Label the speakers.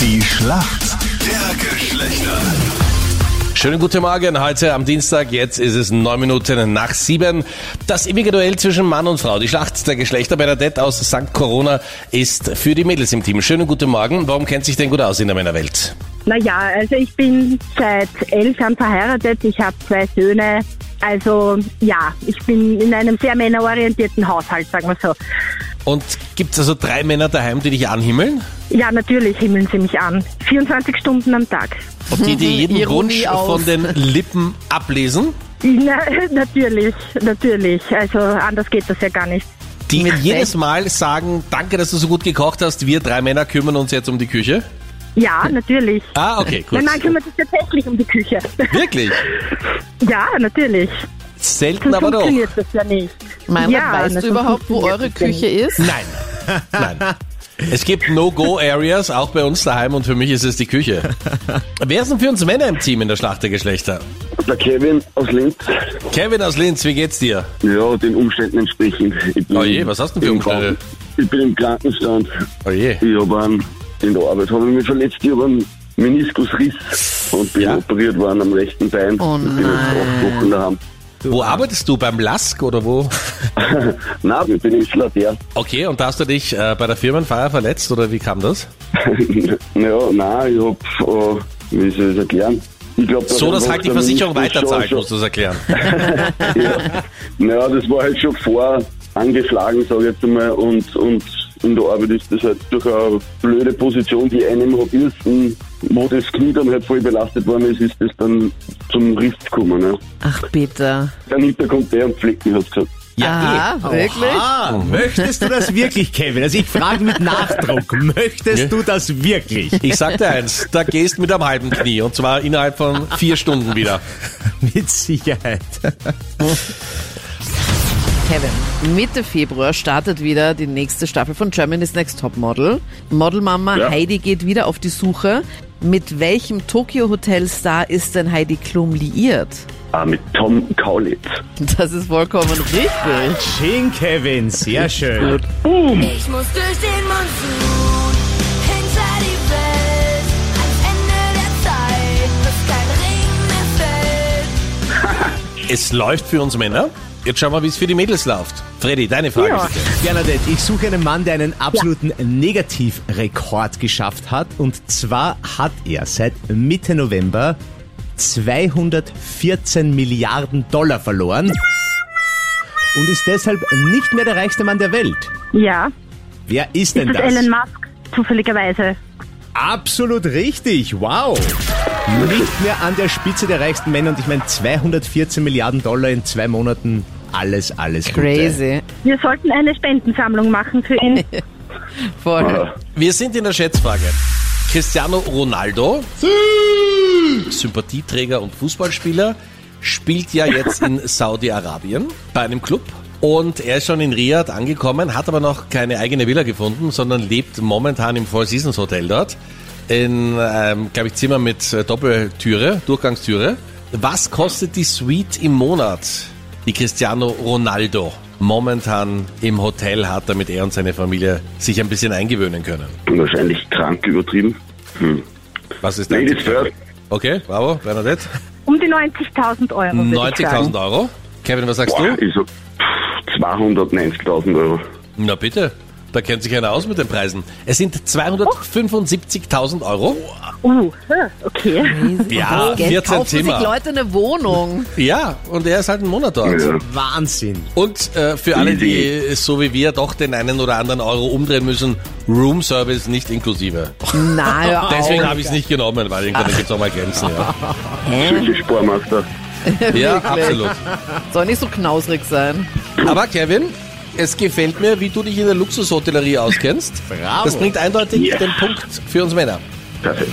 Speaker 1: Die Schlacht der Geschlechter.
Speaker 2: Schönen guten Morgen, heute am Dienstag, jetzt ist es neun Minuten nach sieben. Das ewige Duell zwischen Mann und Frau, die Schlacht der Geschlechter. Bernadette aus St. Corona ist für die Mädels im Team. Schönen guten Morgen, warum kennt sich denn gut aus in der Männerwelt?
Speaker 3: Naja, also ich bin seit elf Jahren verheiratet, ich habe zwei Söhne. Also ja, ich bin in einem sehr männerorientierten Haushalt, sagen wir so.
Speaker 2: Und gibt's also drei Männer daheim, die dich anhimmeln?
Speaker 3: Ja, natürlich himmeln sie mich an. 24 Stunden am Tag.
Speaker 2: Und die dir jeden
Speaker 4: Ironie
Speaker 2: Wunsch
Speaker 4: auf.
Speaker 2: von den Lippen ablesen?
Speaker 3: Na, natürlich, natürlich. Also anders geht das ja gar nicht.
Speaker 2: Die
Speaker 4: Mit
Speaker 2: jedes Mal sagen, danke, dass du so gut gekocht hast, wir drei Männer kümmern uns jetzt um die Küche?
Speaker 3: Ja, natürlich.
Speaker 2: Ah, okay, gut.
Speaker 3: Mein Mann kümmert sich tatsächlich um die Küche.
Speaker 2: Wirklich?
Speaker 3: ja, natürlich.
Speaker 2: Selten
Speaker 3: Sonst
Speaker 2: aber doch.
Speaker 3: funktioniert das ja nicht.
Speaker 4: Meinrad,
Speaker 3: ja, na,
Speaker 4: weißt
Speaker 3: sonst
Speaker 4: du überhaupt, wo
Speaker 3: funktioniert
Speaker 4: eure
Speaker 3: das ja
Speaker 4: Küche
Speaker 3: nicht.
Speaker 4: ist?
Speaker 2: Nein, nein. Es gibt No-Go-Areas, auch bei uns daheim und für mich ist es die Küche. Wer sind für uns Männer im Team in der Schlacht der Geschlechter?
Speaker 5: Der Kevin aus Linz.
Speaker 2: Kevin aus Linz, wie geht's dir?
Speaker 5: Ja, den Umständen entsprechend. Ich bin
Speaker 2: Oh je, was hast du denn für
Speaker 5: im
Speaker 2: Umstände?
Speaker 5: Kranken- Ich bin im Krankenstand.
Speaker 2: Oje.
Speaker 5: Ich habe einen, in der Arbeit habe ich mich verletzt. Ich habe einen Meniskusriss und bin
Speaker 2: Ja.
Speaker 5: operiert worden am rechten Bein.
Speaker 4: Oh
Speaker 5: ich bin jetzt acht Wochen daheim.
Speaker 2: Wo arbeitest du? Beim Lask oder wo?
Speaker 5: Nein, ich bin im Schlatter.
Speaker 2: Okay, und da hast du dich äh, bei der Firmenfeier verletzt oder wie kam das?
Speaker 5: ja, nein, ich habe, äh, wie soll ich das erklären? Ich glaub,
Speaker 2: So, dass halt die Versicherung weiterzahlt, musst
Speaker 5: muss.
Speaker 2: du es erklären.
Speaker 5: Ja. Naja, das war halt schon vor angeschlagen, sage ich jetzt einmal, und, und in der Arbeit ist das halt durch eine blöde Position, die einem Hobbyisten, wo das Knie dann halt voll belastet worden ist, ist das dann zum Riss gekommen. Ne?
Speaker 4: Ach bitte.
Speaker 5: Dann hinterkommt der und Flecken hat
Speaker 2: eh.
Speaker 5: gesagt.
Speaker 4: Ja, Aha, wirklich?
Speaker 6: Ah,
Speaker 1: Mhm.
Speaker 6: möchtest du das wirklich, Kevin? Also ich frage mit Nachdruck, möchtest du das wirklich?
Speaker 2: Ich sag dir eins, da gehst mit am halben Knie und zwar innerhalb von vier Stunden wieder.
Speaker 6: Mit Sicherheit.
Speaker 4: Kevin, Mitte Februar startet wieder die nächste Staffel von Germany's Next Topmodel. Modelmama Heidi geht wieder auf die Suche. Mit welchem Tokyo Hotel Star ist denn Heidi Klum liiert?
Speaker 5: Ah, mit Tom Kaulitz.
Speaker 4: Das ist vollkommen richtig.
Speaker 6: Schön, Kevin, sehr schön.
Speaker 7: Ich muss durch den Monsun, hinter die Welt, ans Ende der Zeit, bis kein Regen mehr fällt.
Speaker 2: Es läuft für uns Männer. Jetzt schauen wir, wie es für die Mädels läuft. Freddy, deine Frage
Speaker 3: Ja.
Speaker 2: bitte.
Speaker 6: Bernadette, ich suche einen Mann, der einen absoluten Negativrekord geschafft hat. Und zwar hat er seit Mitte November 214 Milliarden Dollar verloren und ist deshalb nicht mehr der reichste Mann der Welt.
Speaker 3: Ja,
Speaker 6: Wer ist
Speaker 3: ist
Speaker 6: denn
Speaker 3: das
Speaker 6: das?
Speaker 3: Elon Musk zufälligerweise?
Speaker 6: Absolut richtig, wow. Nicht mehr an der Spitze der reichsten Männer und ich meine 214 Milliarden Dollar in zwei Monaten. Alles, alles Gute.
Speaker 4: Crazy.
Speaker 3: Wir sollten eine Spendensammlung machen für ihn.
Speaker 4: Voll.
Speaker 2: Wir sind in der Schätzfrage. Cristiano Ronaldo, Sympathieträger und Fußballspieler, spielt ja jetzt in Saudi-Arabien bei einem Club. Und er ist schon in Riyadh angekommen, hat aber noch keine eigene Villa gefunden, sondern lebt momentan im Four Seasons Hotel dort. In, ähm, glaube ich, Zimmer mit äh, Doppeltüre, Durchgangstüre. Was kostet die Suite im Monat, die Cristiano Ronaldo momentan im Hotel hat, damit er und seine Familie sich ein bisschen eingewöhnen können?
Speaker 5: Wahrscheinlich krank übertrieben. Hm.
Speaker 2: Was ist dein
Speaker 5: Ladies
Speaker 2: Tipp?
Speaker 5: first.
Speaker 2: Okay, bravo, Bernadette.
Speaker 3: Um die 90.000 Euro. würde ich sagen.
Speaker 2: 90.000 Euro. Kevin, was sagst
Speaker 5: Boah,
Speaker 2: du?
Speaker 5: ich sag pff, 290.000 Euro.
Speaker 2: Na bitte, da kennt sich einer aus mit den Preisen. Es sind 275.000 Euro.
Speaker 3: Uh, okay.
Speaker 2: Ja,
Speaker 4: Geld
Speaker 2: 14
Speaker 4: kaufen sich
Speaker 2: Zimmer.
Speaker 4: Leute eine Wohnung.
Speaker 2: Ja, und er ist halt einen Monat dort.
Speaker 5: Ja.
Speaker 6: Wahnsinn.
Speaker 2: Und äh, für alle, die so wie wir doch den einen oder anderen Euro umdrehen müssen, Room Service nicht inklusive.
Speaker 4: Na, hör
Speaker 2: Deswegen
Speaker 4: auf.
Speaker 2: habe ich es nicht genommen, weil irgendwann gibt es auch mal Grenzen. Ja,
Speaker 5: Solche Sportmaster.
Speaker 2: ja absolut.
Speaker 4: Soll nicht so knausrig sein.
Speaker 2: Aber Kevin, es gefällt mir, wie du dich in der Luxushotellerie auskennst.
Speaker 6: Bravo.
Speaker 2: Das bringt eindeutig
Speaker 5: Ja.
Speaker 2: den Punkt für uns Männer.
Speaker 5: Perfekt.